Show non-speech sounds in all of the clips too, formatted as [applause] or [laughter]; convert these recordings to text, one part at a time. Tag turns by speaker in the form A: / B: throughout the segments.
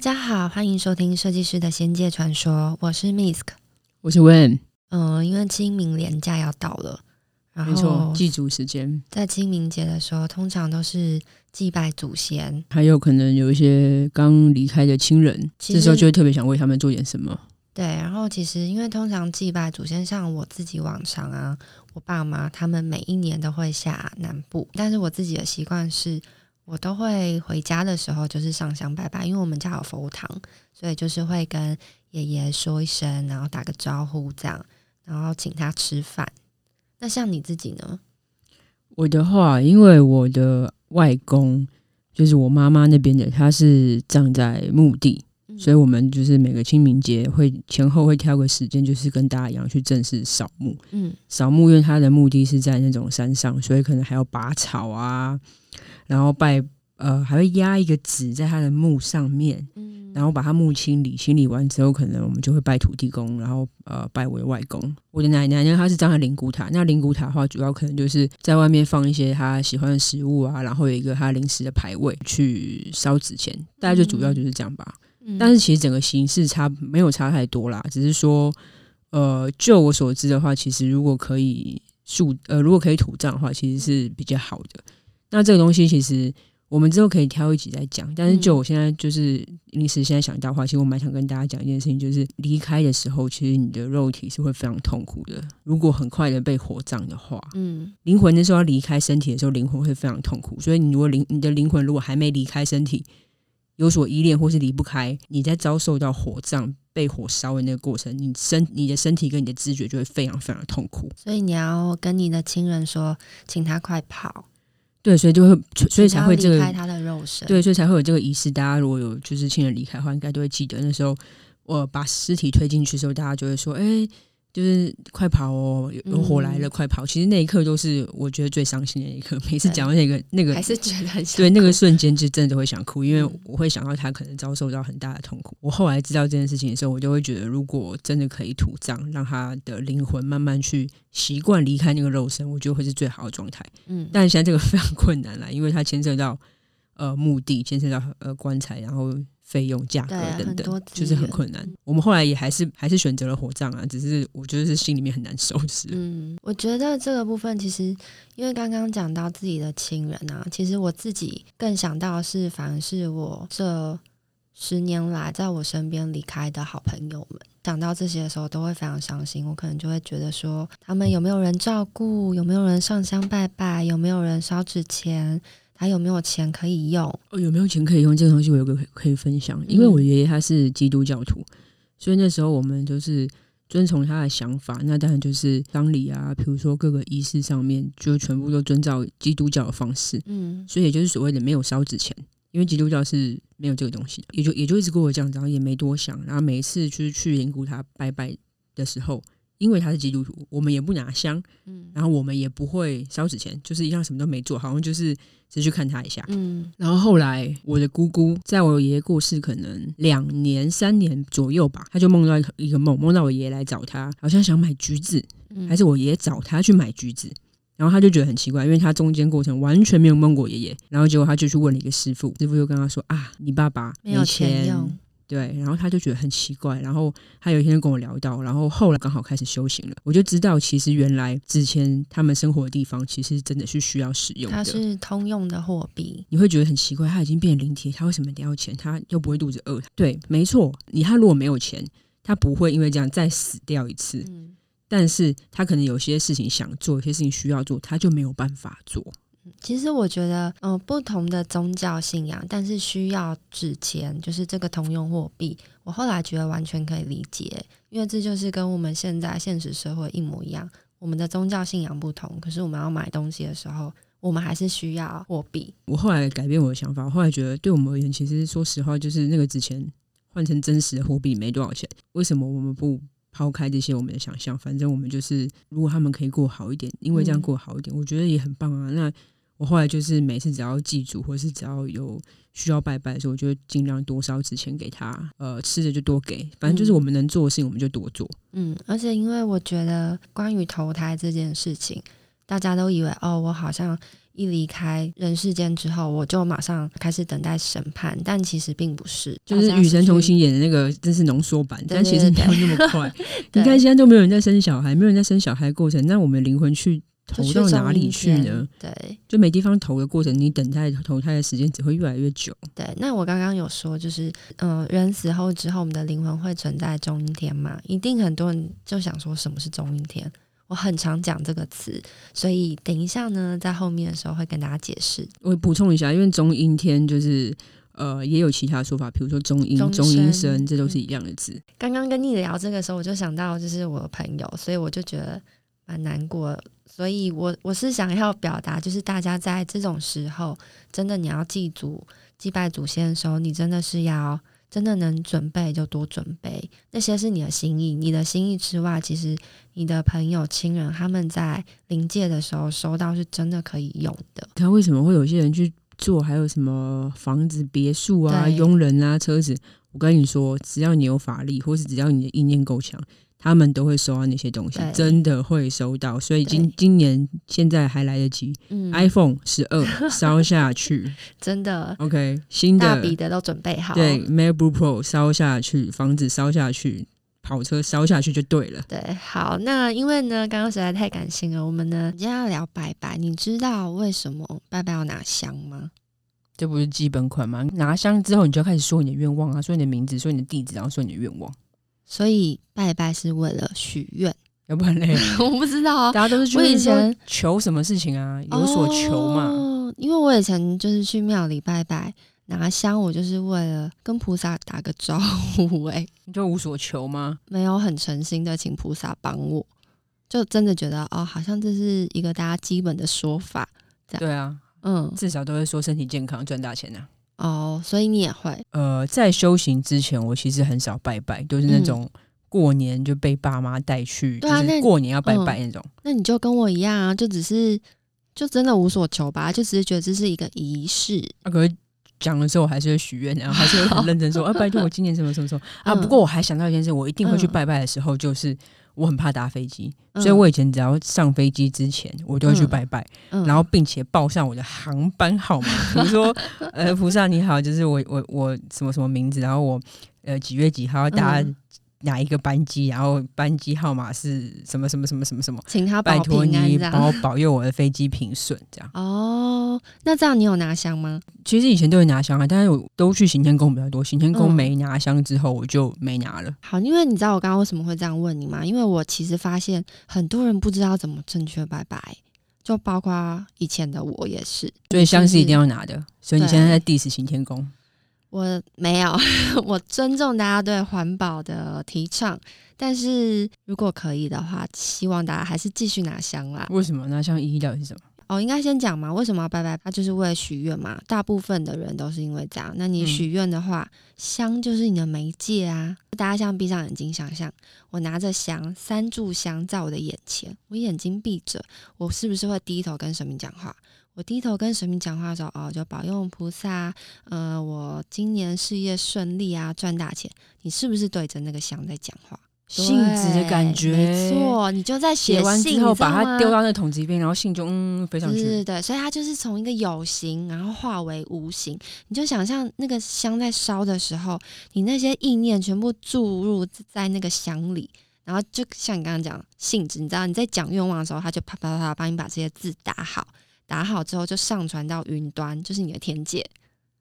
A: 家好，欢迎收听《设计师的仙界传说》，我是 Misk。
B: 我是 Wen，
A: 嗯、因为清明连假要到了，然
B: 没错
A: 后，
B: 祭祖时间，
A: 在清明节的时候，通常都是祭拜祖先。
B: 还有可能有一些刚离开的亲人，
A: 其
B: 这时候
A: 实
B: 就会特别想为他们做点什么。
A: 对，然后其实因为通常祭拜祖先，像我自己往常啊，我爸妈他们每一年都会下南部，但是我自己的习惯是，我都会回家的时候就是上香拜拜，因为我们家有佛堂，所以就是会跟爷爷说一声，然后打个招呼这样，然后请他吃饭。那像你自己呢？
B: 我的话，因为我的外公就是我妈妈那边的，他是葬在墓地，
A: 嗯
B: 所以我们就是每个清明节会前后会挑个时间，就是跟大家一样去正式扫墓。
A: 嗯
B: 扫墓，因为它的目的是在那种山上，所以可能还要拔草啊，然后拜呃还会压一个纸在他的墓上面，
A: 嗯
B: 然后把他墓清理，清理完之后，可能我们就会拜土地公，然后呃拜我的外公。我的奶奶呢，她是葬在灵骨塔。那灵骨塔的话，主要可能就是在外面放一些她喜欢的食物啊，然后有一个她临时的牌位去烧纸钱，大概就主要就是这样吧。
A: 嗯
B: 但是其实整个形式差没有差太多啦，只是说，呃，就我所知的话，其实如果可以树呃如果可以土葬的话，其实是比较好的。那这个东西其实我们之后可以挑一集再讲，但是
A: 嗯
B: 就我现在就是临时现在想到的话，其实我蛮想跟大家讲一件事情，就是离开的时候，其实你的肉体是会非常痛苦的。如果很快的被火葬的话，
A: 嗯
B: 灵魂那时候要离开身体的时候，灵魂会非常痛苦。所以你如果灵你的灵魂如果还没离开身体，有所依恋或是离不开，你在遭受到火葬被火烧的那个过程，你身你的身体跟你的知觉就会非常非常的痛苦。
A: 所以你要跟你的亲人说，请他快跑，
B: 对，所以就会所以才会这
A: 请
B: 个
A: 他离开他的肉身。
B: 对，所以才会有这个仪式。大家如果有就是亲人离开的话，应该都会记得那时候我把尸体推进去的时候，大家就会说：“哎、就是快跑哦，有有火来
A: 嗯
B: 了，快跑！”其实那一刻都是我觉得最伤心的一刻。每次
A: 对
B: 讲到那个那个
A: 还是觉得很想
B: 对那
A: 哭
B: 个瞬间，就真的会想哭，因为
A: 嗯
B: 我会想到他可能遭受到很大的痛苦。我后来知道这件事情的时候，我就会觉得，如果真的可以土葬，让他的灵魂慢慢去习惯离开那个肉身，我觉得会是最好的状态。
A: 嗯
B: 但现在这个 [laughs] 非常困难啦，因为它牵涉到呃墓地，牵涉到呃棺材，然后费用、价格
A: 对啊
B: 等
A: 很多
B: 等，
A: 资
B: 就是很
A: 源
B: 困难。我们后来也还是还是选择了火葬啊，只是我觉得是心里面很难收拾。
A: 嗯，我觉得这个部分其实，因为刚刚讲到自己的亲人啊，其实我自己更想到的是，反而是我这十年来啊在我身边离开的好朋友们。想到这些的时候，都会非常伤心。我可能就会觉得说，他们有没有人照顾，有没有人上香拜拜，有没有人烧纸钱，还有没有钱可以用？
B: 哦，有没有钱可以用这个东西？我有个可可以分享，因为我
A: 嗯
B: 爷爷他是基督教徒，所以那时候我们就是遵从他的想法。那当然就是丧礼啊，比如说各个仪式上面，就全部都遵照基督教的方式。
A: 嗯
B: 所以也就是所谓的没有烧纸钱，因为基督教是没有这个东西的，也就也就一直跟我这样子，然后也没多想，然后每一次就是去灵骨塔拜拜的时候，因为他是基督徒，我们也不拿香，
A: 嗯
B: 然后我们也不会烧纸钱，就是一样什么都没做，好像就是只去看他一下。
A: 嗯
B: 然后后来我的姑姑在我爷爷过世可能两年三年左右吧，她就梦到一个一个梦，梦到我爷爷来找她，好像想买橘子，
A: 嗯，
B: 还是我爷爷找他去买橘子，然后他就觉得很奇怪，因为他中间过程完全没有问过爷爷，然后结果他就去问了一个师傅，师傅就跟他说啊，你爸爸
A: 没有
B: 钱
A: 钱用。
B: 对，然后他就觉得很奇怪，然后他有一天就跟我聊到，然后后来刚好开始修行了，我就知道其实原来之前他们生活的地方其实真的是需要使用
A: 它
B: 的。
A: 是通用的货币。
B: 你会觉得很奇怪，他已经变灵体，他为什么一定要钱？他又不会肚子饿。对，没错，你他如果没有钱，他不会因为这样再死掉一次。
A: 嗯，
B: 但是他可能有些事情想做，有些事情需要做，他就没有办法做。
A: 其实我觉得，嗯、不同的宗教信仰，但是需要纸钱，就是这个通用货币，我后来觉得完全可以理解，因为这就是跟我们现在现实社会一模一样。我们的宗教信仰不同，可是我们要买东西的时候，我们还是需要货币。
B: 我后来改变我的想法，我后来觉得对我们而言，其实说实话，就是那个之前换成真实的货币没多少钱，为什么我们不？抛开这些我们的想象，反正我们就是，如果他们可以过好一点，因为这样
A: 嗯
B: 过好一点，我觉得也很棒啊。那我后来就是每次只要祭祖，或是只要有需要拜拜的时候，我就会尽量多烧纸钱给他，呃，吃的就多给，反正就是
A: 嗯
B: 我们能做的事情我们就多做。
A: 嗯，而且因为我觉得关于投胎这件事情，大家都以为哦，我好像一离开人世间之后，我就马上开始等待审判，但其实并不是，
B: 就是
A: 大家
B: 《与神同
A: 去
B: 行》演的那个，真是浓缩版，
A: 对
B: 但其实没
A: 对
B: 有那么快。
A: 对
B: 你看现在都没有人在生小孩，没有人在生小孩的过程，那我们灵魂去投
A: 就去
B: 到
A: 中
B: 哪里
A: 阴
B: 去呢
A: 间？？对
B: 就没地方投的过程，你等待投胎的时间只会越来越久。
A: 对，那我刚刚有说，就是嗯、呃人死后之后，我们的灵魂会存在中阴天嘛？一定很多人就想说什么是中阴天，我很常讲这个词，所以等一下呢，在后面的时候会跟大家解释。
B: 我补充一下，因为中阴天就是呃也有其他说法，比如说中阴、
A: 中嗯
B: 中阴
A: 生
B: 身，这都是一样的字。
A: 刚刚跟你聊这个时候，我就想到就是我的朋友，所以我就觉得蛮难过。所以我我是想要表达，就是大家在这种时候，真的你要祭祖、祭拜祖先的时候，你真的是要真的能准备就多准备，那些是你的心意。你的心意之外，其实你的朋友、亲人他们在临界的时候收到，是真的可以用的。
B: 他为什么会有些人去做？还有什么房子、别墅啊、
A: 对
B: 佣人啊、车子？我跟你说，只要你有法力，或是只要你的意念够强，他们都会收到那些东西
A: 对，
B: 真的会收到。所以今
A: 对
B: 今年现在还来得及、
A: 嗯，
B: i p h o n e 十 [laughs] 二烧下去
A: 真的
B: ，OK，新
A: 大笔
B: 的
A: 的都准备好。
B: 对 MacBook Pro 烧下去，房子烧下去，跑车烧下去就对了。
A: 对，好，那因为呢，刚刚实在太感性了，我们呢今天要聊拜拜。你知道为什么拜拜要拿香吗？
B: 这不是基本款吗？拿香之后，你就要开始说你的愿望啊，说你的名字，说你的地址，然后说你的愿望，
A: 所以拜拜是为了许愿， [laughs]
B: 要不然嘞。
A: 我不知道啊，
B: 大家都是觉
A: 我
B: 得
A: 以前
B: 说求什么事情啊，有所求嘛。
A: 哦因为我以前就是去庙里拜拜拿香，我就是为了跟菩萨打个招呼、哎，
B: 你就无所求吗？
A: 没有很诚心的请菩萨帮我，就真的觉得哦，好像这是一个大家基本的说法。对
B: 对啊，
A: 嗯，
B: 至少都会说身体健康、赚大钱呐、啊。
A: 哦，所以你也会，
B: 呃，在修行之前，我其实很少拜拜，都是那种过年就被爸妈带去，
A: 嗯对啊
B: 就
A: 那嗯
B: 是过年要拜拜那种。
A: 那你就跟我一样啊，就只是就真的无所求吧，就只是觉得这是一个仪式。
B: 啊、可是讲的时候，我还是会许愿啊，还是会很认
A: [laughs]
B: 真说啊，拜托我今年什么什么什么啊。
A: 嗯
B: 不过我还想到一件事，我一定会去
A: 嗯
B: 拜拜的时候，就是我很怕搭飞机，
A: 嗯
B: 所以我以前只要上飞机之前，我都会去
A: 嗯
B: 拜拜。
A: 嗯
B: 然后并且报上我的航班
A: [laughs]
B: 号码，比如说，呃，菩萨你好，就是我我我什么什么名字，然后我呃几月几号搭
A: 嗯
B: 哪一个班机，然后班机号码是什么什么什么什么什么，
A: 请他
B: 拜
A: 保
B: 托
A: 平安
B: 你
A: 这
B: 帮
A: 样。
B: 我保佑我的飞机平顺，这样。
A: 哦，那这样你有拿香吗？
B: 其实以前都会拿香啊，但是我都去行天宫比较多，行天宫
A: 嗯
B: 没拿香之后我就没拿了。
A: 好，因为你知道我刚刚为什么会这样问你吗？因为我其实发现很多人不知道怎么正确拜拜，就包括以前的我也是。
B: 所以香
A: 就是
B: 是一定要拿的，所以你
A: 对
B: 现在在 diss 行天宫，
A: 我没有， [laughs] 我尊重大家对环保的提倡，但是如果可以的话，希望大家还是继续拿香啦。
B: 为什么拿香意义到底是什么？
A: 哦，应该先讲嘛，为什么要拜拜？它就是为了许愿嘛。大部分的人都是因为这样。那你
B: 嗯
A: 许愿的话，香就是你的媒介啊。大家像闭上眼睛想象，我拿着香，三炷香在我的眼前，我眼睛闭着，我是不是会低头跟神明讲话？我低头跟神明讲话的时候，哦，就保佑菩萨，呃，我今年事业顺利啊，赚大钱。你是不是对着那个香在讲话？
B: 性质的感
A: 对
B: 觉，
A: 没错，你就在写
B: 写完
A: 信
B: 之后
A: 你知道
B: 把它
A: 吗
B: 丢到那桶子里边，然后信就嗯飞上
A: 对
B: 去
A: 对。对，所以它就是从一个有形，然后化为无形。你就想象那个香在烧的时候，你那些意念全部注入在那个香里，然后就像你刚刚讲性质，你知道你在讲愿望的时候，它就啪啪啪啪帮你把这些字打好，打好之后就上传到云端，就是你的天界，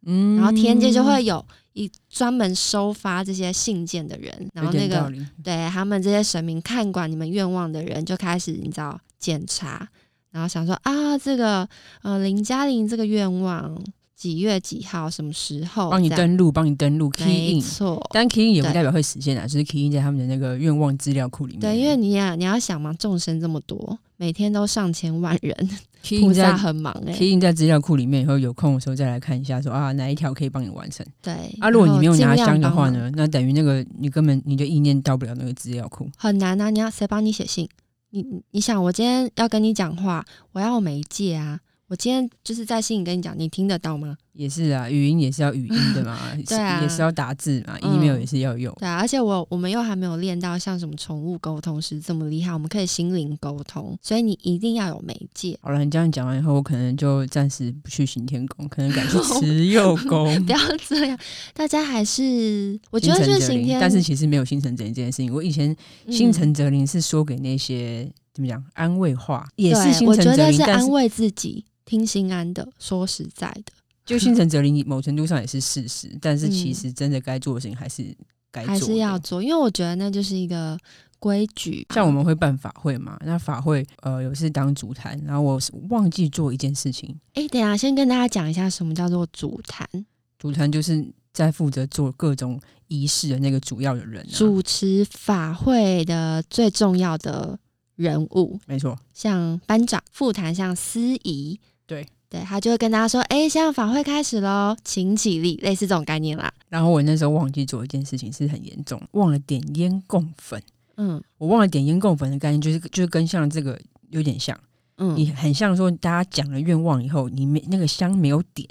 B: 嗯
A: 然后天界就会有一专门收发这些信件的人，然后那个对他们这些神明看管你们愿望的人，就开始你知道检查，然后想说啊，这个呃林嘉玲这个愿望几月几号什么时候
B: 帮你
A: 这样
B: 登录，帮你登录 key
A: 没
B: in，
A: 错，
B: 但 key in 也不
A: 对
B: 代表会实现啊，就是 key in 在他们的那个愿望资料库里面。
A: 对，因为你呀、你要想嘛，众生这么多，每天都上千万人，
B: key
A: 菩
B: in
A: 萨
B: 在
A: 很忙哎、
B: key in 在资料库里面以后，有空的时候再来看一下说啊哪一条可以帮你完成。
A: 对
B: 啊，如果
A: 然
B: 你
A: 后
B: 没有
A: 尽
B: 拿
A: 量
B: 香的
A: 帮
B: 话
A: 忙
B: 呢，那等于那个你根本你的意念到不了那个资料库。
A: 很难啊！你要谁帮你写信？你你你想，我今天要跟你讲话，我要有媒介啊，我我今天就是在心里跟你讲，你听得到吗？
B: 也是啊，语音也是要语音的嘛，
A: [laughs] 对啊
B: 也是要打字嘛、
A: 嗯
B: e m a i l 也是要用。
A: 对啊，而且我我们又还没有练到像什么宠物沟通师这么厉害，我们可以心灵沟通，所以你一定要有媒介，
B: 好了，你这样讲完以后，我可能就暂时不去行天宫，可能改去慈幼宫
A: [laughs] 不。要这样。大家还是我觉
B: 嗯
A: 得
B: 心诚
A: 就是
B: 则
A: 行
B: 灵，
A: 天，
B: 但是其实没有心诚则灵这件事情。我以前
A: 嗯
B: 心诚则灵是说给那些怎么讲安慰话，也是
A: 对
B: 心
A: 我
B: 诚
A: 觉
B: 则
A: 得
B: 灵，但
A: 安
B: 是
A: 慰自己，听心安的。说实在的，
B: 就心诚则灵，某程度上也是事实。但是其
A: 嗯
B: 实真的该做的事情还是该做
A: 还
B: 的，
A: 是要做，因为我觉得那就是一个规矩吧。
B: 像我们会办法会嘛，那法会呃有是当主坛，然后我是忘记做一件事情，
A: 哎，等一下先跟大家讲一下什么叫做主坛，
B: 嗯主坛就是在负责做各种仪式的那个主要的人、啊，
A: 主持法会的最重要的人物，
B: 没错，
A: 像班长、副坛，像司仪，
B: 对
A: 对，他就会跟大家说：“哎、现在法会开始喽，请起立。”类似这种概念啦。
B: 然后我那时候忘记做一件事情，是很严重，忘了点烟供粉。
A: 嗯
B: 我忘了点烟供粉的概念，就是就是跟像这个有点像，
A: 嗯，
B: 你很像说大家讲了愿望以后，你没那个香没有点，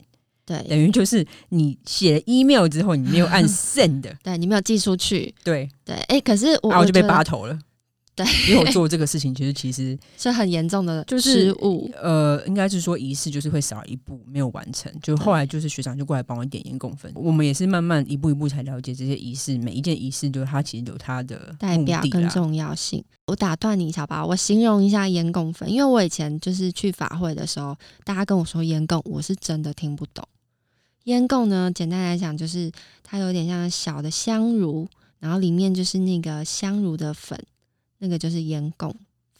A: 对
B: 等于就是你写了 email 之后，你没有按
A: [laughs]
B: send，
A: 对，你没有寄出去，
B: 对，
A: 对，哎、可是我、
B: 然啊后就被
A: 我觉得
B: 拔头了。
A: 对，
B: 因为我做这个事情，其实其实
A: 是很严重的
B: 就是
A: 失误。
B: 呃，应该是说仪式就是会少一步没有完成，就后来就是学长就过来帮我点烟供分，我们也是慢慢一步一步才了解这些仪式，每一件仪式就是它其实有它的
A: 代
B: 目
A: 表
B: 的
A: 跟
B: 啦
A: 重要性。我打断你一下吧，我形容一下烟供粉，因为我以前就是去法会的时候，大家跟我说烟供，我是真的听不懂。烟供呢，简单来讲就是它有点像小的香炉，然后里面就是那个香炉的粉，那个就是烟供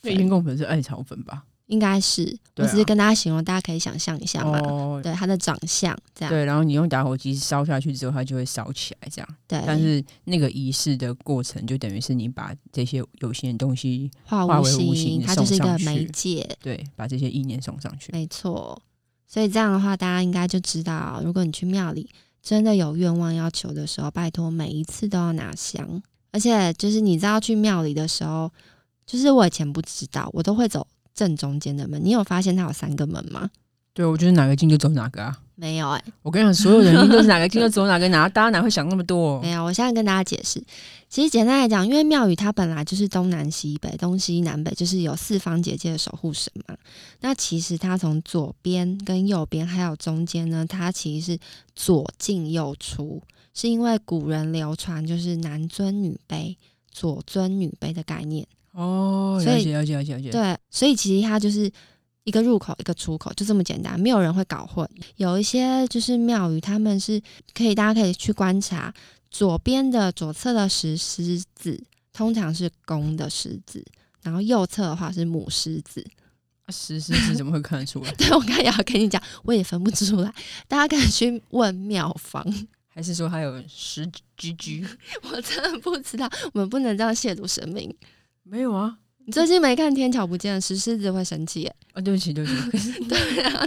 B: 所以烟
A: 粉，
B: 供粉是艾草粉吧？
A: 应该是。我
B: 对啊
A: 只是跟大家形容，大家可以想象一下嘛。
B: 哦，
A: 对它的长相这样，
B: 对，然后你用打火机烧下去之后，它就会烧起来，这样。
A: 对，
B: 但是那个仪式的过程，就等于是你把这些有形的东西，
A: 化
B: 化
A: 无
B: 为无形
A: 形，它就是一
B: 送
A: 个
B: 上去
A: 媒介，
B: 对，把这些意念送上去。
A: 没错，所以这样的话，大家应该就知道，如果你去庙里真的有愿望要求的时候，拜托每一次都要拿香。而且就是你知道去庙里的时候，就是我以前不知道，我都会走正中间的门。你有发现它有三个门吗？
B: 对，我觉得哪个进就走哪
A: [laughs]
B: 个啊！
A: 没有哎、
B: 我跟你讲，所有人一定都是哪个进就走哪个，哪大家哪会想那么多？
A: 没有。我现在跟大家解释，其实简单来讲，因为庙宇它本来就是东南西北、东西南北，就是有四方结界的守护神嘛。那其实它从左边跟右边还有中间呢，它其实是左进右出，是因为古人流传就是男尊女卑、左尊女卑的概念。
B: 哦，
A: 所
B: 了
A: 以
B: 解了解了解了解。
A: 对，所以其实它就是一个入口一个出口，就这么简单，没有人会搞混。有一些就是庙宇，他们是可以，大家可以去观察左边的左侧的石狮子，通常是公的狮子。然后右侧的话是母狮子，？
B: 啊石狮子怎么会看得出来
A: [laughs] 对我刚才也要跟你讲，我也分不出来，大家可以去问庙方，
B: 还是说还有石居
A: [laughs]
B: 居？
A: 我真的不知道，我们不能这样亵渎神明。
B: 没有啊。
A: 你最近没看《天桥不见》，石狮子会生气耶， [laughs]
B: 啊，对不起，对不起，可是
A: 对啊，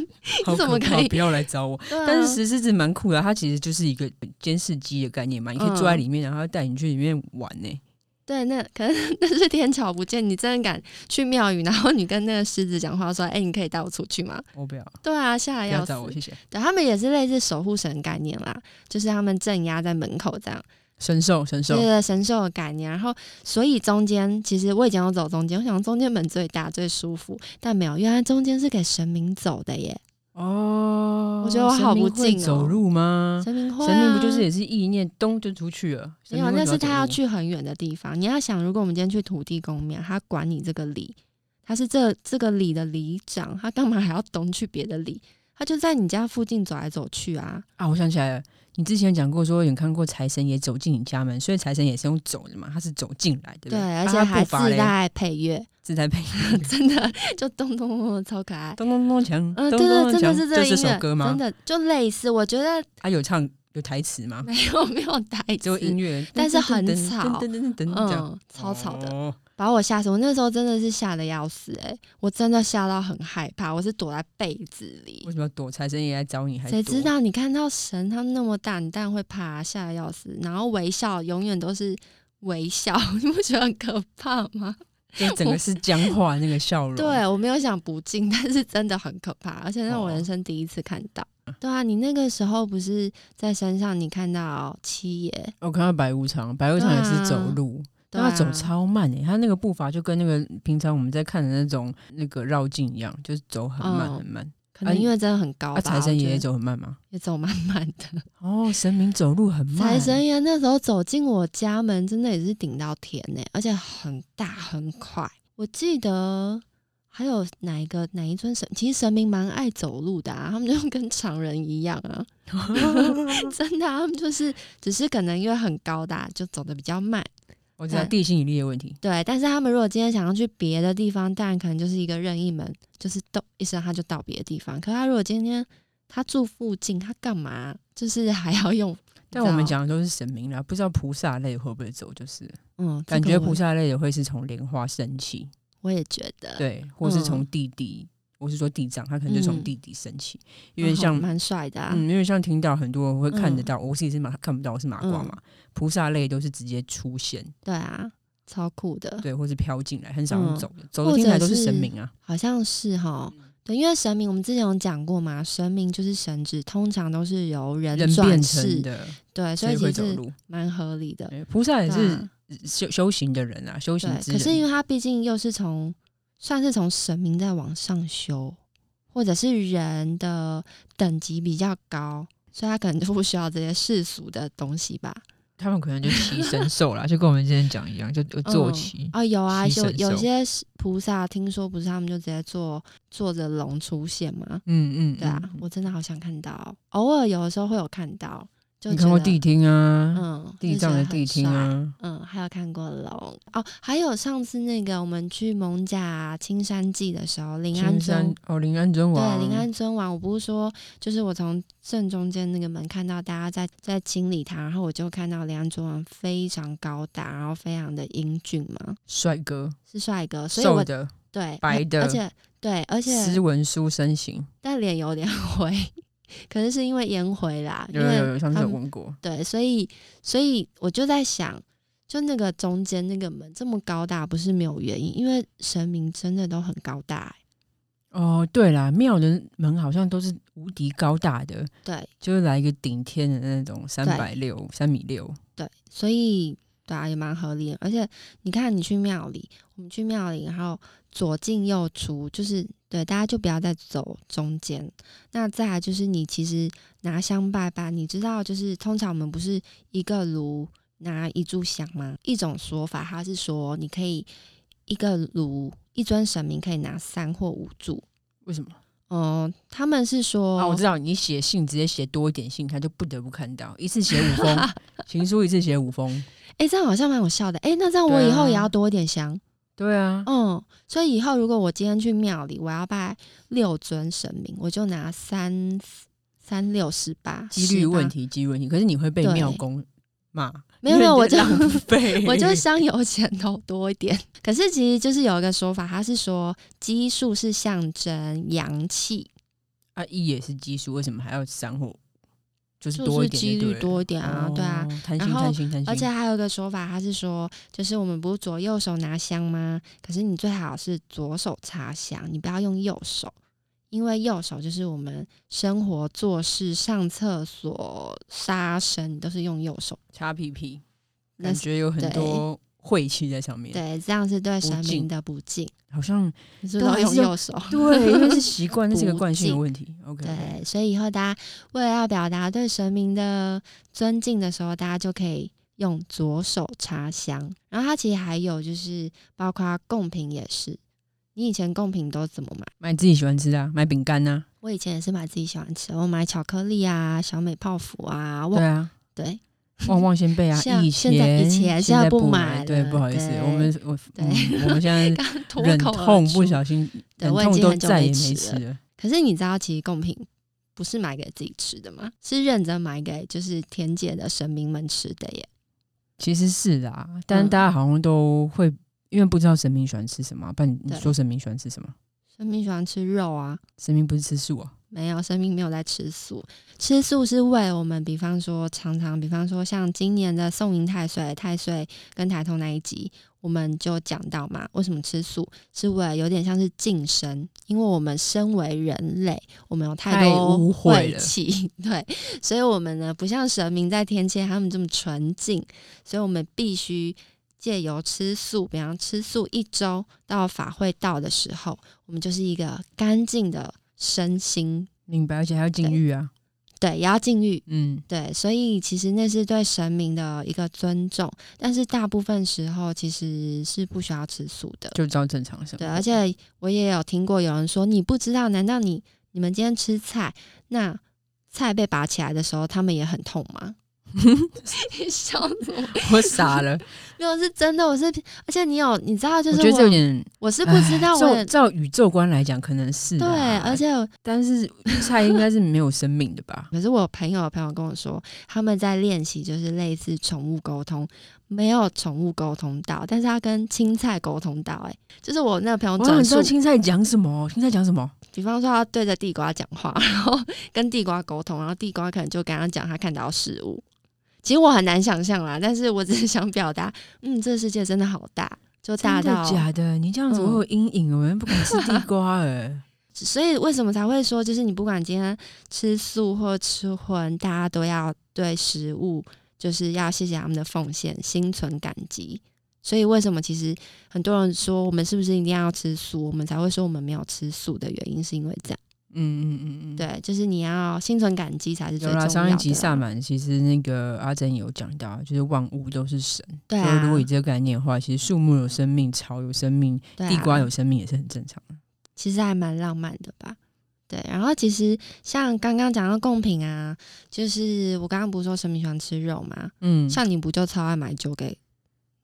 B: 好
A: 怎么
B: 可怕
A: 可以
B: 不要来找我。
A: 对啊
B: [laughs] 但是石狮子蛮酷的，它其实就是一个监视机的概念嘛，你可以坐在里面，然后它带你去里面玩呢、
A: 对，那 [laughs] 可是那是天桥不见，你真的敢去庙宇，然后你跟那个狮子讲话说：“哎、你可以带我出去吗
B: 我不要，？”
A: 对啊，吓
B: 不
A: 得
B: 要
A: 要
B: 找我，
A: 死。
B: 谢谢。
A: 对他们也是类似守护神的概念啦，就是他们镇压在门口这样，
B: 神兽，神兽
A: 对，对神兽的概念。然后，所以中间其实我以前有走中间，我想中间门最大最舒服，但没有，原来中间是给神明走的耶。
B: 哦，
A: 我觉得我好不敬哦
B: 神明会走路吗？
A: 神明会、啊，
B: 嗯神明不就是也是意念咚就出去了？
A: 没有，
B: 神明为
A: 那
B: 什么
A: 是他
B: 要
A: 要
B: 走路。
A: 去很远的地方。你要想，如果我们今天去土地公庙，他管你这个里，他是这这个里的里长，他干嘛还要东去别的里？他就在你家附近走来走去啊。
B: 啊，我想起来了，你之前讲过说你看过财神也走进你家门，所以财神也是用走的嘛，他是走进来，对不
A: 对，
B: 啊
A: 而且
B: 他
A: 还
B: 步伐
A: 自
B: 嘞
A: 带配乐，
B: 自带配乐
A: 真的就咚咚咚咚超可爱。
B: 咚咚咚锵，
A: [laughs] 嗯，对
B: 咚
A: 对，
B: 咚
A: 真
B: 咚
A: 的
B: 锵
A: 是这
B: 这
A: 个音
B: 是
A: 乐，
B: 首歌
A: 真
B: 吗？
A: 的就类似，我觉得
B: 他有唱有台词吗？
A: 没有没有台
B: [laughs] 只有音
A: 词，
B: 乐，
A: 但是
B: 噔
A: 很
B: 噔噔
A: 吵
B: 噔噔噔噔，这样
A: 嗯，超吵的。
B: 哦
A: 把我吓死！我那时候真的是吓得要死、欸，我真的吓到很害怕，我是躲在被子里。
B: 为什么要躲财神爷来找你？还
A: 谁知
B: 躲？
A: 道你看到神他那么大，你当然会怕，吓得 [laughs] 要死。然后微笑永远都是微笑，你不觉得很可怕吗？
B: 就整个是僵化那个笑容。
A: 对我没有想不敬，但是真的很可怕，而且是我
B: 哦
A: 人生第一次看到。
B: 嗯
A: 对啊，你那个时候不是在山上，你看到七爷，
B: 我看到白无常，白无常也是走路，
A: 对
B: 但
A: 啊
B: 他走超慢诶、他那个步伐就跟那个平常我们在看的那种那个绕境一样，就是走很慢
A: 嗯
B: 很慢。
A: 可能因为真的很高
B: 啊，
A: 吧。
B: 财神爷
A: 我觉
B: 也
A: 得
B: 走很慢吗？
A: 也走慢慢的，
B: 哦，神明走路很慢。
A: 财神爷那时候走进我家门，真的也是顶到天呢、而且很大很快。我记得还有哪一个哪一尊神，其实神明蛮爱走路的啊，他们就跟常人一样
B: [laughs]
A: 啊，真的、啊，他们就是只是可能因为很高大，就走的比较慢。
B: 我知道地心引力的问题。
A: 对，但是他们如果今天想要去别的地方，当然可能就是一个任意门，就是咚一声他就到别的地方。可他如果今天他住附近，他干嘛啊就是还要用？
B: 但我们，讲的都是神明啦，不知道菩萨类会不会走，就是
A: 嗯，这
B: 感
A: 个
B: 觉
A: 我
B: 菩萨类的会是从莲花升起，
A: 我也觉得，
B: 对，或是从
A: 嗯
B: 地底，我是说地藏，他可能就
A: 嗯
B: 从地底升起，因
A: 嗯
B: 为
A: 好
B: 像
A: 蛮帅的、啊，
B: 嗯，因为像听到很多人会看得到，我自己是马看不到，我是麻瓜
A: 嗯
B: 嘛。菩萨类都是直接出现，
A: 对啊，超酷的，
B: 对，或是飘进来，很少
A: 嗯
B: 用走的，走
A: 或
B: 的听起来
A: 者
B: 都是神
A: 是
B: 明啊。
A: 好像是哈。
B: 嗯
A: 对，因为神明我们之前有讲过嘛，神明就是神职，通常都是由人
B: 人
A: 呃转
B: 变
A: 世
B: 成，的，
A: 对，所
B: 所
A: 以
B: 以
A: 其
B: 会走
A: 实
B: 路。
A: 蛮合理的。
B: 对菩萨也
A: 对
B: 是呃
A: 啊
B: 修修行的人啊，修行
A: 对，
B: 之
A: 可
B: 人。
A: 是因为他毕竟又是从算是从神明在往上修，或者是人的等级比较高，所以他可能就不需要这些世俗的东西吧。
C: 他们可能就骑神兽啦，就跟我们之前讲一样，就就坐骑。
A: 啊、有啊，
C: 七
A: 有
C: 神
A: 有
C: 兽
A: 些是菩萨听说不是他们就直接坐坐着龙出现吗？
B: 嗯嗯，
A: 对啊，
B: 嗯
A: 我真的好想看到，偶尔有的时候会有看到，就
B: 你
A: 觉
B: 看过
A: 得
B: 地听啊，
A: 嗯
B: 地
A: 就觉
B: 藏
A: 得
B: 的
A: 很
B: 地听
A: 帅
B: 啊，
A: 嗯，还有看过龙哦，还有上次那个我们去蒙甲青山记的时候，临安
B: 青山
A: 宗
B: 哦，临安尊王，
A: 对临安尊王，我不是说就是我从正中间那个门看到大家在在清理它，然后我就看到临安尊王非常高大，然后非常的英俊嘛，
B: 帅哥，
A: 是帅哥，呃所以
B: 瘦
A: 我
B: 的，
A: 对
B: 白的
A: 而且对，而
B: 斯
A: 且
B: 文书身形，
A: 但脸有点 [laughs] 灰，可能是因为颜回啦，因
B: 有有
A: 为
B: 有，上次
A: 他
B: 有
A: 们
B: 问过，
A: 对，所以所以我就在想，就那个中间那个门这么高大，不是没有原因，因为神明真的都很高大、欸
B: 哦，对啦，庙的门好像都是无敌高大的，
A: 对
B: 就是来一个顶天的那种三百六、三米六，
A: 对，所以对啊，也蛮合理的。而且你看，你去庙里，我们去庙里，然后左进右出，就是对大家就不要再走中间。那再来就是你其实拿香拜拜，你知道就是通常我们不是一个炉拿一炷香吗？一种说法它是说你可以一个炉一尊神明可以拿三或五炷。
B: 为什么？
A: 嗯，他们是说，
B: 啊，我知道，你写信直接写多一点信，他就不得不看到，一次写五
A: [laughs]
B: 封，情书一次写五封，
A: 哎、这样好像蛮有效的。哎、那这样
B: 啊
A: 我以后也要多一点香。
B: 对啊，
A: 嗯，所以以后如果我今天去庙里，我要拜六尊神明，我就拿三三六十八
B: 几率问，
A: 18
B: 题，几率问题，可是你会被
A: 对
B: 庙公骂，
A: 没
B: [laughs]
A: 有没有，
B: 因为
A: 我
B: 你
A: 就
B: 在浪费，
A: [laughs] 我就香油钱投多一点。 [laughs] 可是其实就是有一个说法，它是说基数是象征阳气，
B: [laughs] 啊一也是奇数，为什么还要三或就是
A: 就
B: 多
A: 是
B: 一点
A: 几率多
B: 一
A: 一点啊，对啊。，
B: 贪
A: 然
B: 心
A: 后
B: 贪心贪心，
A: 而且还有一个说法，它是说，就是我们不是左右手拿香吗？可是你最好是左手插香，你不要用右手，因为右手就是我们生活、做事、上厕所、杀生，你都是用右手。
B: 擦屁屁，
A: 那
B: 感
A: 是
B: 觉有很多晦气在上面，
A: 对，这样是对神
B: 不
A: 明
B: 敬
A: 的不敬。[laughs]
B: 好像
A: 你是不是都
B: 对还
A: 用
B: 是用
A: 右手？
B: 对，因为是
A: [laughs]
B: 习惯，那是个
A: 不
B: 惯性的
A: 敬
B: 问题。OK，
A: 对，所以以后大家为了要表达对神明的尊敬的时候，大家就可以用左手插香。然后它其实还有就是，包括贡品也是。你以前贡品都怎么买？
B: 买自己喜欢吃的、啊，买饼干呐，
A: 我以前也是买自己喜欢吃的，我买巧克力啊、小美泡芙啊，
B: 对
A: 旺 [laughs]
B: 啊，
A: 对
B: 旺旺仙贝啊，
A: 像
B: 以
A: 现
B: 前
A: 在以前现
B: 现
A: 在不
B: 不
A: 买
B: 对，
A: 了
B: 不好意思
A: 对，
B: 我们我
A: 对
B: 嗯我们现
A: [laughs]
B: 在
A: 刚脱
B: 忍
A: 口而
B: 痛
A: 出
B: 不小心，
A: 对
B: 忍
A: 我已
B: 痛
A: 经
B: 都
A: 很久
B: 再
A: 没
B: 也没
A: 吃
B: 吃了。
A: 可是你知道，其实贡品不是买给自己吃的吗？是认真买给就是天界的神明们吃的耶。
B: 其实是的啊，但是
A: 嗯
B: 大家好像都会因为不知道神明喜欢吃什么啊，不然你
A: 对
B: 说神明喜欢吃什么？
A: 神明喜欢吃肉啊，
B: 神明不是吃素啊，
A: 没有，生命没有在吃素，吃素是为我们，比方说常常，比方说像今年的送迎太岁、太岁跟台通那一集，我们就讲到嘛，为什么吃素是为了有点像是晋升，因为我们身为人类，我们有
B: 太
A: 多
B: 污秽
A: 晦
B: 了
A: 气， [laughs] 对，所以我们呢不像神明在天界他们这么纯净，所以我们必须借由吃素，比方吃素一周到法会到的时候，我们就是一个干净的身心，
B: 明白，而且还要禁
A: 对
B: 欲啊，
A: 对，也要禁欲，
B: 嗯，
A: 对，所以其实那是对神明的一个尊重，但是大部分时候其实是不需要吃素的。
B: 就照正常生活。
A: 对，而且我也有听过有人说，你不知道，难道你你们今天吃菜，那菜被拔起来的时候，他们也很痛吗？你 [laughs] 笑死我！ [laughs]
B: 我傻了，
A: 没有是真的，我是，而且你有，你知道，就
B: 我
A: 是
B: 觉得这有
A: 我，
B: 点哎
A: 我是不知道，我
B: 照
A: 也
B: 照宇宙观来讲，可能是
A: 对，
B: 啊
A: 而且？
B: 但是菜应该是没有生命的吧
A: 可是我朋友的朋友跟我说，他们在练习就是类似宠物沟通，没有宠物沟通到，但是他跟青菜沟通到、欸，哎，就是 [laughs] 我那个朋友
B: 我想
A: 转
B: 知
A: 述
B: 道，青菜讲什么，青菜讲什么？
A: 比方说他对着地瓜讲话，然后跟地瓜沟通，然后地瓜可能就跟他讲他看到的事物。其实我很难想象啦，但是我只是想表达，嗯，这世界真的好大，就大
B: 真的
A: 到
B: 假的？你这样子
A: 嗯
B: 会有阴影，我们不敢吃
A: [laughs]
B: 地瓜哎。
A: 所以为什么才会说，就是你不管今天吃素或吃荤，大家都要对食物就是要谢谢他们的奉献，心存感激。所以为什么其实很多人说我们是不是一定要吃素，我们才会说我们没有吃素的原因，是因为这样。
B: 嗯嗯嗯嗯，。
A: 对，就是你要心存感激才是最
B: 有
A: 重要
B: 啦，
A: 的。
B: 上一集萨满其实那个阿珍有讲到，就是万物都是神。
A: 对
B: 所以
A: 啊，
B: 如果以这个概念的话，其实树木有生命，草有生命，
A: 对啊
B: 地瓜有生命也是很正常的。
A: 其实还蛮浪漫的吧。对，然后其实像刚刚讲到贡品啊，就是我刚刚不是说神明喜欢吃肉吗？
B: 嗯，
A: 像你不就超爱买酒给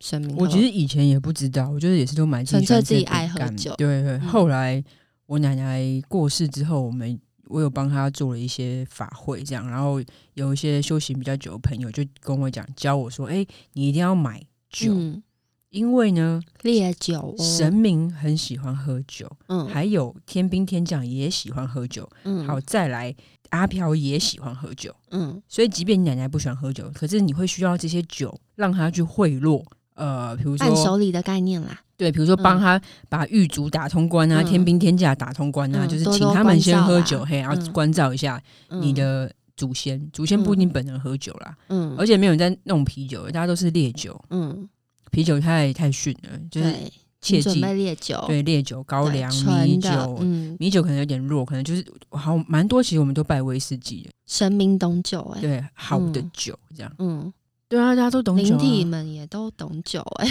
A: 神明喝？
B: 我其实以前也不知道，我觉得也是都买
A: 纯粹
B: 喜欢吃的
A: 自己爱喝
B: 饼干
A: 酒
B: 对对，
A: 嗯
B: 后来我奶奶过世之后，我们我有帮她做了一些法会，这样，然后有一些修行比较久的朋友就跟我讲，教我说，哎、你一定要买酒，
A: 嗯、
B: 因为呢，
A: 烈酒、哦、
B: 神明很喜欢喝酒，
A: 嗯
B: 还有天兵天将也喜欢喝酒，
A: 嗯
B: 好，再来阿飘也喜欢喝酒。
A: 嗯
B: 所以，即便你奶奶不喜欢喝酒，可是你会需要这些酒让她去贿赂，呃，比如说
A: 伴手礼的概念啦，
B: 对，比如说帮
A: 嗯
B: 他把狱卒打通关啊，
A: 嗯
B: 天兵天将打通关啊，
A: 嗯
B: 就是
A: 多
B: 请
A: 多
B: 他们
A: 关
B: 先
A: 照
B: 喝
A: 啦
B: 酒，嘿，然后
A: 嗯
B: 关照一下
A: 嗯
B: 你的祖先。祖先不一定本人喝酒啦，
A: 嗯
B: 而且没有人在弄啤酒，大家都是烈酒，
A: 嗯，
B: 啤酒太太逊了，就是
A: 对，
B: 切
A: 请准
B: 记
A: 备烈酒，
B: 对烈酒、高
A: 对，
B: 粱、米
A: 纯
B: 酒。
A: 的，嗯，
B: 米酒可能有点弱，可能就是好蛮多。其实我们都拜威士忌的，
A: 神明懂酒哎、
B: 对好的
A: 嗯
B: 酒这样。
A: 嗯，
B: 对啊，大家都懂酒、
A: 灵体
B: 啊，
A: 们也都懂酒
B: [laughs]
A: 哎、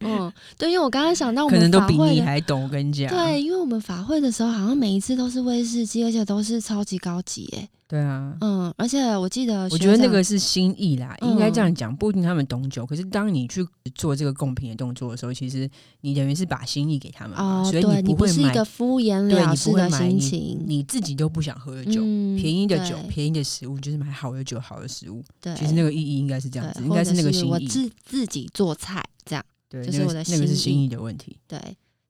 A: 嗯，对，因为我刚刚想到我
B: 可
A: 们
B: 能都
A: 法
B: 比
A: 会
B: 你
A: 的
B: 还懂。我跟你讲，
A: 对，因为我们法会的时候，好像每一次都是威士忌，而且都是超级高级哎、
B: 对啊，
A: 嗯，而且我记得
B: 我
A: 学
B: 觉得那
A: 长
B: 个是心意啦，应该这
A: 嗯
B: 样讲，不一定他们懂酒。可是当你去做这个贡品的动作的时候，其实你等于是把心意给他们
A: 哦，
B: 嘛，嗯所以
A: 对
B: 不
A: 不
B: 会
A: 是一
B: 买
A: 个敷衍
B: 对
A: 了
B: 你
A: 事
B: 不会
A: 的
B: 买
A: 心情，
B: 你自己都不想喝的酒，
A: 嗯
B: 便宜的酒、
A: 对
B: 便宜的食物，就是买好的酒、好的食物。
A: 对，
B: 其实那个意义应该是这样子，
A: 对，
B: 应
A: 或
B: 该
A: 者
B: 那个心
A: 我
B: 意。
A: 自自己做菜这样，
B: 对，
A: 这
B: 那
A: 是
B: 个
A: 我的
B: 那个是
A: 心
B: 心
A: 意
B: 意的问题。
A: 对。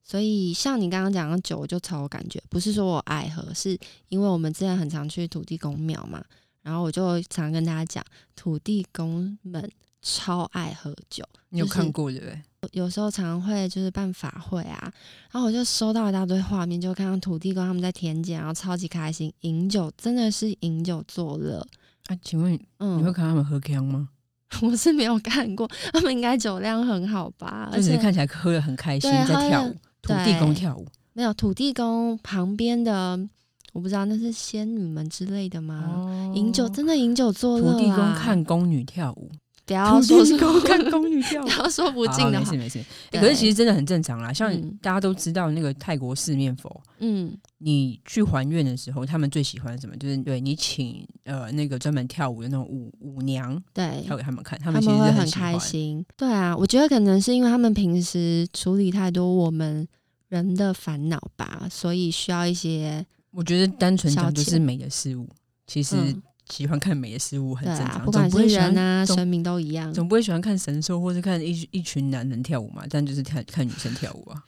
A: 所以像你刚刚讲的酒，我就超有感觉，不是说我爱喝，是因为我们之前很常去土地公庙嘛，然后我就常跟大家讲，土地公们超爱喝酒，
B: 你有
A: 就是
B: 看过对不对？
A: 有时候常常会就是办法会啊，然后我就收到一大堆画面，就看到土地公他们在田间，然后超级开心，饮酒真的是饮酒作乐，
B: 啊，请问
A: 嗯，
B: 你会看他们喝 k 吗？
A: [laughs] 我是没有看过，他们应该酒量很好吧？而
B: 就只
A: 且
B: 是看起来喝的很开心，
A: 对
B: 在
A: 喝
B: 跳
A: 得
B: 舞，土地公
A: 对
B: 跳舞。
A: 没有土地公旁边的，我不知道那是仙女们之类的吗？
B: 哦
A: 啊饮、酒真的饮酒作乐、啊，
B: 土地公看宫女跳舞。
A: 不
B: [laughs]
A: 要哦说是
B: 土地公看宫女跳舞
A: [laughs] 不要说不敬的
B: 好没
A: 话
B: 事，没事、欸
A: 对
B: 可是其实真的很正常啦，像
A: 嗯
B: 大家都知道那个泰国四面佛，
A: 嗯
B: 你去还愿的时候，他们最喜欢什么？就是对你请呃那个专门跳舞的那种舞舞娘
A: 对，
B: 跳给他们看，他
A: 嗯他
B: 们其实
A: 会
B: 很喜欢
A: 开。心。对啊，我觉得可能是因为他们平时处理太多我们人的烦恼吧，所以需要一些
B: 我觉得单纯
A: 消
B: 讲
A: 遣
B: 就是美的事物，其实
A: 嗯，
B: 喜欢看美的事物很
A: 对
B: 正常，
A: 啊，不
B: 总
A: 管
B: 不
A: 是
B: 会喜
A: 人
B: 欢。
A: 啊、
B: 总
A: 神明都一样。
B: 总不会喜欢看神兽，或是看一一群男人跳舞嘛？但就是看看女生跳舞啊。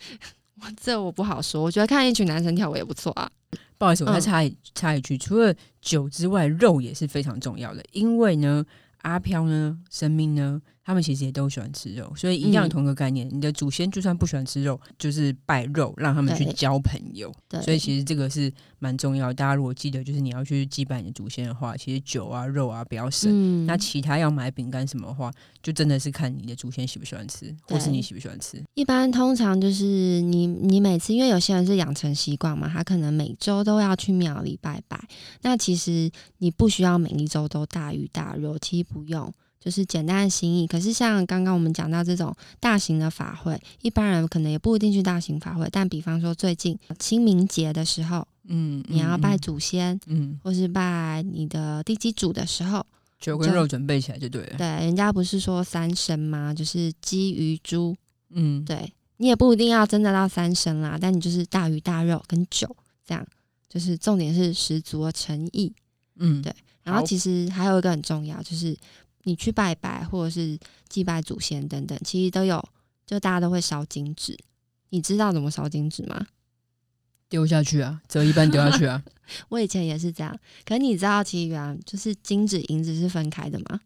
A: 这我不好说，我觉得看一群男生跳舞也不错啊。
B: 不好意思，我再
A: 嗯
B: 插一、插一句，除了酒之外，肉也是非常重要的，因为呢，阿飘呢、神明呢，他们其实也都喜欢吃肉，所以一样
A: 嗯
B: 同一个概念。你的祖先就算不喜欢吃肉，就是拜肉，让他们去
A: 对
B: 交朋友。
A: 对，
B: 所以其实这个是蛮重要的。大家如果记得，就是你要去祭拜你的祖先的话，其实酒啊、肉啊不要省。
A: 嗯
B: 那其他要买饼干什么的话，就真的是看你的祖先喜不喜欢吃，或是
A: 对
B: 你喜不喜欢吃。
A: 一般通常就是你你每次，因为有些人是养成习惯嘛，他可能每周都要去庙里拜拜。那其实你不需要每一周都大鱼大肉，其实不用，就是简单的心意。可是像刚刚我们讲到这种大型的法会，一般人可能也不一定去大型法会，但比方说最近清明节的时候，
B: 嗯，
A: 你要
B: 嗯
A: 拜
B: 嗯
A: 祖先。
B: 嗯，
A: 或是拜你的地基主的时候，
B: 酒跟
A: 这
B: 肉准备起来就对了。
A: 对，人家不是说三牲吗？就是鸡、鱼、猪，
B: 嗯，
A: 对你也不一定要真的到三升啦，但你就是大鱼大肉跟酒这样，就是重点是十足的诚意。
B: 嗯，
A: 对然后
B: 好
A: 其实还有一个很重要，就是你去拜拜或者是祭拜祖先等等，其实都有，就大家都会烧金纸。你知道怎么烧金纸吗？
B: 丢下去啊，折一半丢下去
A: [laughs]
B: 啊。
A: 我以前也是这样，可是你知道其实原来就是金纸银纸是分开的吗？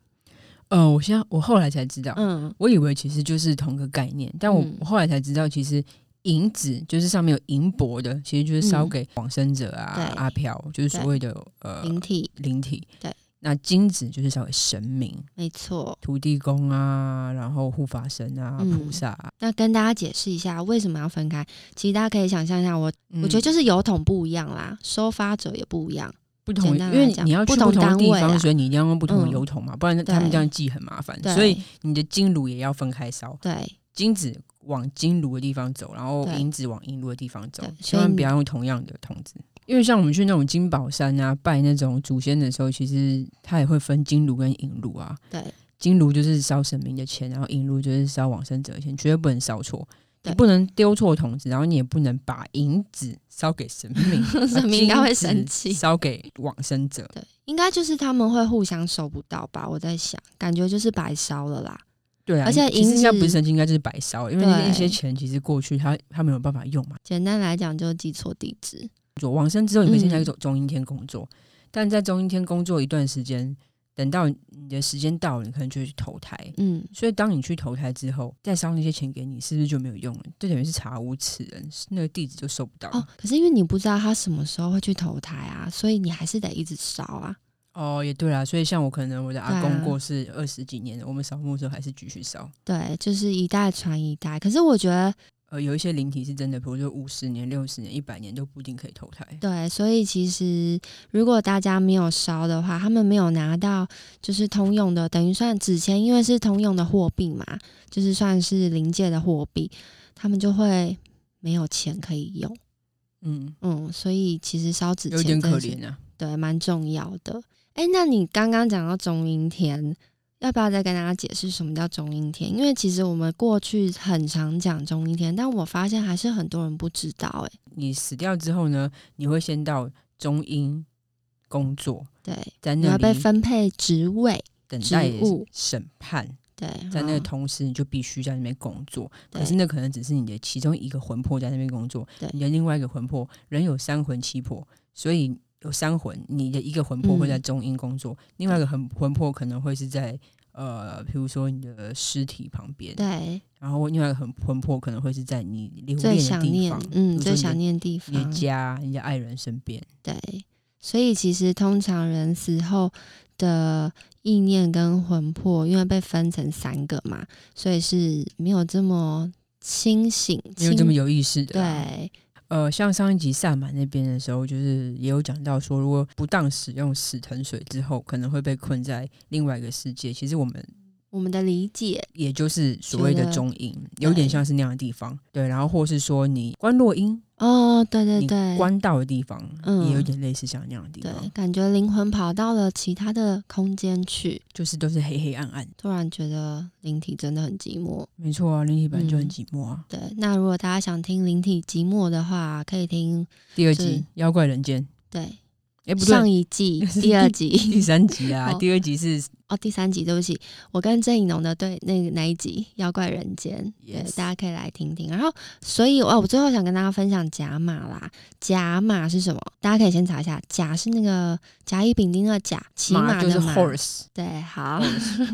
B: 呃，我现在我后来才知道，
A: 嗯，
B: 我以为其实就是同个概念，但我
A: 嗯
B: 我后来才知道，其实银子就是上面有银箔的，其实就是烧
A: 嗯
B: 给往生者啊、
A: 对
B: 阿飘，就是所
A: 对
B: 谓的呃
A: 灵体，
B: 灵体。
A: 对，
B: 那金子就是烧给神明、
A: 没错。
B: 土地公啊，然后护法神啊、
A: 嗯
B: 菩萨、啊。
A: 那跟大家解释一下为什么要分开。其实大家可以想象一下，我
B: 嗯
A: 我觉得就是油桶不一样啦，收发者也不一样。
B: 不同，
A: 简
B: 因
A: 单
B: 为
A: 来讲
B: 你要去
A: 不
B: 不
A: 同
B: 同的
A: 单
B: 地
A: 位
B: 方，
A: 啦
B: 所以你一定要用不同的
A: 嗯
B: 油桶嘛，不然他们
A: 对
B: 这样记很麻烦。
A: 对，
B: 所以你的金炉也要分开烧， [laughs]
A: 对
B: 金子往金炉的地方走，然后
A: 对
B: 银子往银炉的地方走
A: 对，
B: 千
A: 所以
B: 万
A: 你
B: 不要用同样的筒子。因为像我们去那种金宝山啊，拜那种祖先的时候，其实它也会分金炉跟银炉啊。
A: 对
B: 金炉就是烧神明的钱，然后银炉就是烧往生者的钱，绝对不能烧错。你
A: 对
B: 不能丢错筒子，然后你也不能把银子烧给神明，
A: [laughs] 神明应该会生
B: 金子
A: 气
B: 烧给往生者。
A: 对，应该就是他们会互相收不到吧？我在想，感觉就是白烧了啦。
B: 对啊，
A: 而且
B: 其实
A: 银
B: 应该不是
A: 子
B: 神经，应该就是白烧，因为那
A: 对
B: 那些钱其实过去他他没有办法用嘛。
A: 简单来讲，就是记错地址。
B: 做往生之后，你会先在
A: 嗯
B: 中中阴天工作，但在中阴天工作一段时间，等到你的时间到了，你可能就会去投胎。
A: 嗯，
B: 所以，当你去投胎之后，再烧那些钱给你，是不是就没有用了？就等于是查无此人，那个地址就收不到了
A: 哦，可是因为你不知道他什么时候会去投胎啊，所以你还是得一直烧啊。
B: 哦，也对啦。所以，像我可能我的阿
A: 对
B: 公
A: 啊
B: 过世二十几年了，我们扫墓的时候还是继续烧。
A: 对，就是一代传一代。可是我觉得，
B: 呃，有一些灵体是真的，比如说五十年、六十年、一百年都不一定可以投胎。
A: 对，所以其实如果大家没有烧的话，他们没有拿到就是通用的，等于算纸钱，因为是通用的货币嘛，就是算是临界的货币，他们就会没有钱可以用。
B: 嗯，
A: 嗯，所以其实烧纸钱
B: 有点
A: 真
B: 可
A: 的是
B: 怜啊。
A: 对，蛮重要的。哎，那你刚刚讲到中阴天，要不要再跟大家解释什么叫中阴天？因为其实我们过去很常讲中阴天，但我发现还是很多人不知道、诶，
B: 你死掉之后呢，你会先到中阴工作，
A: 对，
B: 在
A: 你
B: 那
A: 要
B: 里
A: 被分配职位，
B: 等
A: 职
B: 待
A: 务
B: 审判，
A: 对，
B: 在那
A: 然
B: 个
A: 后
B: 同时你就必须在那边工作。
A: 对
B: 可是那可能只是你的其中一个魂魄在那边工作
A: 对，
B: 你的另外一个魂魄，人有三魂七魄，所以有三魂，你的一个魂魄会在
A: 嗯
B: 中阴工作，另外一个魂魂魄可能会是在。呃，比如说你的尸体旁边，
A: 对
B: 然后另外一个魂魂魄可能会是在你留恋
A: 最
B: 的
A: 想
B: 地
A: 念
B: 方，，比
A: 嗯，
B: 如
A: 最
B: 说你的
A: 想念的地
B: 你
A: 方
B: 的，家、你的爱人身边。
A: 对，所以其实通常人死后的意念跟魂魄，因为被分成三个嘛，所以是没有这么清醒，
B: 没有这么
A: 清
B: 有意识的啦。
A: 对，
B: 呃，像上一集萨满那边的时候，就是也有讲到说，如果不当使用死藤水之后，可能会被困在另外一个世界。其实我们
A: 我们的理解，
B: 也就是所谓
A: 觉
B: 的
A: 得
B: 中阴，有点像是那样的地方。对，然后或是说你关落阴，
A: 哦，对对
B: 你
A: 对，
B: 关到的地方，
A: 嗯
B: 也有点类似像那样的地
A: 对
B: 方，，
A: 感觉灵魂跑到了其他的空间去，
B: 就是都是黑黑暗暗。
A: 突然觉得灵体真的很寂寞。
B: 没错啊，灵体本来就很
A: 嗯
B: 寂寞啊。
A: 对，那如果大家想听灵体寂寞的话，可以听
B: 第二
A: 是
B: 集《妖怪人间》。
A: 对，
B: 哎、不
A: 上
B: 对，
A: 一
B: [laughs]
A: 季第二集
B: 第三集啊，
A: 哦
B: 第二集是
A: [laughs] 哦，第三集，对不起，我跟郑颖农的对那个哪一集《妖怪人间》对，
B: Yes
A: 大家可以来听听。然后，所以哦，我最后想跟大家分享甲马啦。甲马是什么？大家可以先查一下，甲是那个甲乙丙丁的甲，骑马
B: 就是
A: 的
B: horse 哦
A: 对，好，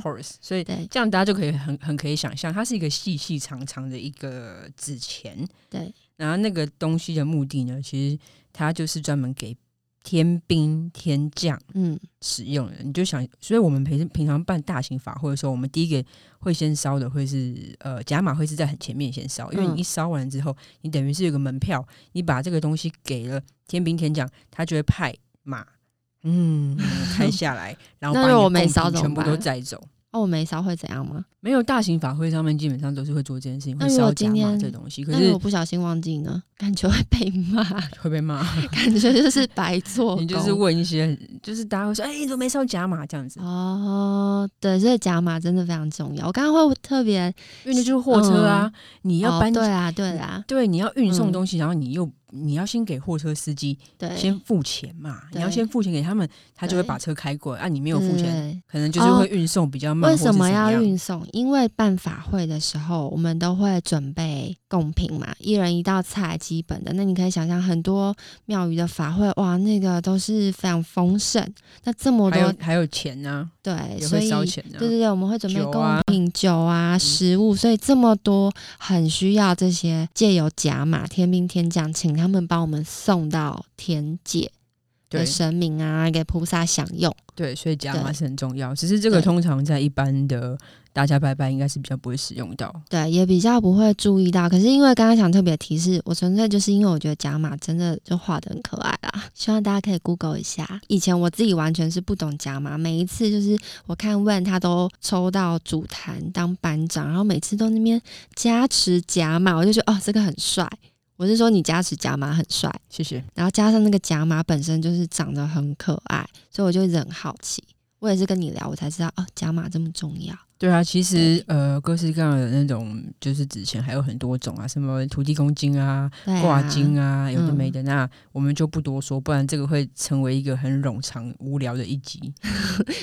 B: horse，所以
A: 对
B: 这样大家就可以很很可以想象，它是一个细细长长的一个纸钱。
A: 对，
B: 然后那个东西的目的呢，其实它就是专门给天兵天将
A: 嗯，
B: 使用的。你就想，所以我们平平常办大型法会的时候，我们第一个会先烧的会是呃甲马，会是在很前面先烧，因为
A: 嗯
B: 你一烧完之后，你等于是有个门票，你把这个东西给了天兵天将，他就会派马。
A: [laughs]
B: 嗯，开下来，然后
A: 那
B: 把
A: 如果
B: 你的
A: 我没
B: 贡品
A: 烧怎么
B: 全部都
A: 办
B: 载走。
A: 哦，我没烧会怎样吗？
B: 没有大型法会上面基本上都是会做这件事情，
A: 那
B: 会
A: 如果
B: 烧甲
A: 今
B: 马
A: 天
B: 这东西，可
A: 那如
B: 是
A: 果不小心忘记呢？感觉会被骂， [laughs]
B: 会被骂。
A: 感觉就是白做
B: [laughs] 你就是
A: 工
B: 问一些，就是大家会说，哎、你怎么没烧甲马这样子？
A: 哦，对，所以甲马真的非常重要。我刚刚会特别
B: 因为那就是货车啊，你
A: 你
B: 要搬、
A: 对啊，嗯对啊，
B: 对，你要运送
A: 嗯
B: 东西，然后你又你要先给货车司机
A: 对，
B: 先付钱嘛，你要
A: 对
B: 先付钱给他们，他就会
A: 对
B: 把车开过来。啊，你没
A: 没
B: 有付钱，可能就是
A: 哦
B: 会运送比较慢，
A: 为
B: 或是
A: 什么
B: 怎
A: 要
B: 样
A: 运送？因为办法会的时候，我们都会准备贡品嘛，一人一道菜，基本的。那你可以想象，很多庙宇的法会，哇，那个都是非常丰盛。那这么
B: 还有
A: 多，
B: 还有钱呢、
A: 对，
B: 也
A: 所
B: 会
A: 以
B: 烧钱呢、啊
A: 对对对，我们会准备
B: 酒
A: 贡
B: 啊
A: 品、酒啊、食物，所以这么多很需要这些借由甲马天兵天将，请他们帮我们送到天界给
B: 对
A: 神明啊，给菩萨享用。
B: 对，所以加
A: 对
B: 码是很重要。只是这个
A: 对
B: 通常在一般的大家拜拜应该是比较不会使用到。
A: 对，也比较不会注意到。可是因为刚刚想特别提示，我纯粹就是因为我觉得甲马真的就画的很可爱啦，希望大家可以 Google 一下。以前我自己完全是不懂甲马，每一次就是我看问他都抽到主坛当班长，然后每次都那边加持甲马，我就觉得哦这个很帅。我是说你加持甲马很帅，
B: 谢谢。
A: 然后加上那个甲马本身就是长得很可爱，所以我就一直很好奇。我也是跟你聊，我才知道哦，甲马这么重要。
B: 对啊，其实呃，各式各样的那种就是纸钱还有很多种啊，什么土地公金啊、
A: 对啊
B: 挂金啊，有的
A: 嗯
B: 没的，那我们就不多说，不然这个会成为一个很冗长无聊的一集。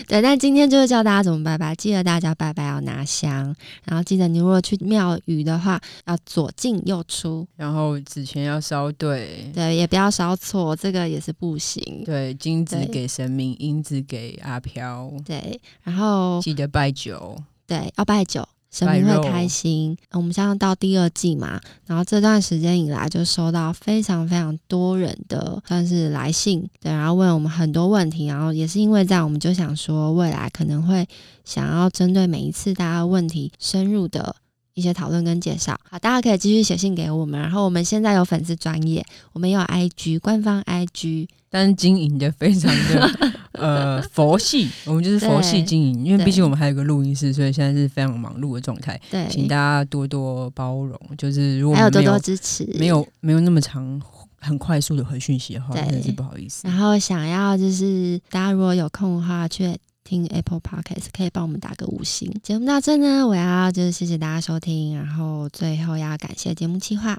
A: 对，但今天就是教大家怎么拜拜，记得大家拜拜要拿香，然后记得你如果去庙宇的话，要左进右出，
B: 然后纸钱要烧对。
A: 对，也不要烧错，这个也是不行。
B: 对，金子
A: 对
B: 给神明，银子给阿飘，
A: 对，然后
B: 记得拜酒。
A: 对要拜酒，神
B: 拜
A: 明会
B: 肉
A: 开心。呃我们现在到第二季嘛，然后这段时间以来就收到非常非常多人的算是来信，对，然后问我们很多问题，然后也是因为这样，我们就想说未来可能会想要针对每一次大家的问题深入的。一些讨论跟介绍，好，大家可以继续写信给我们。然后我们现在有粉丝专业，我们也有 IG 官方 IG，
B: 但是经营的非常的呃佛系，我们就是佛系
A: 对
B: 经营，因为毕
A: 对
B: 竟我们还有个录音室，所以现在是非常忙碌的状态，
A: 对，
B: 请大家多多包容。就是如果
A: 还有
B: 我
A: 多
B: 们没有
A: 多支持，
B: 没有没有那么长很快速的回讯息的话，
A: 对
B: 真的是不好意思
A: 然。后想要就是大家如果有空的话，去听 Apple Podcast，可以帮我们打个五星。节目到这呢，我要就是谢谢大家收听，然后最后要感谢节目企划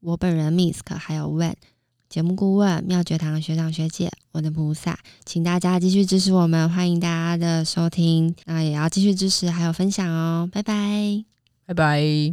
A: 我本人 Misk，还有 Wen。节目顾问妙觉堂的学长学姐，我的菩萨，请大家继续支持我们，欢迎大家的收听，那也要继续支持还有分享哦，拜拜。
B: 拜拜。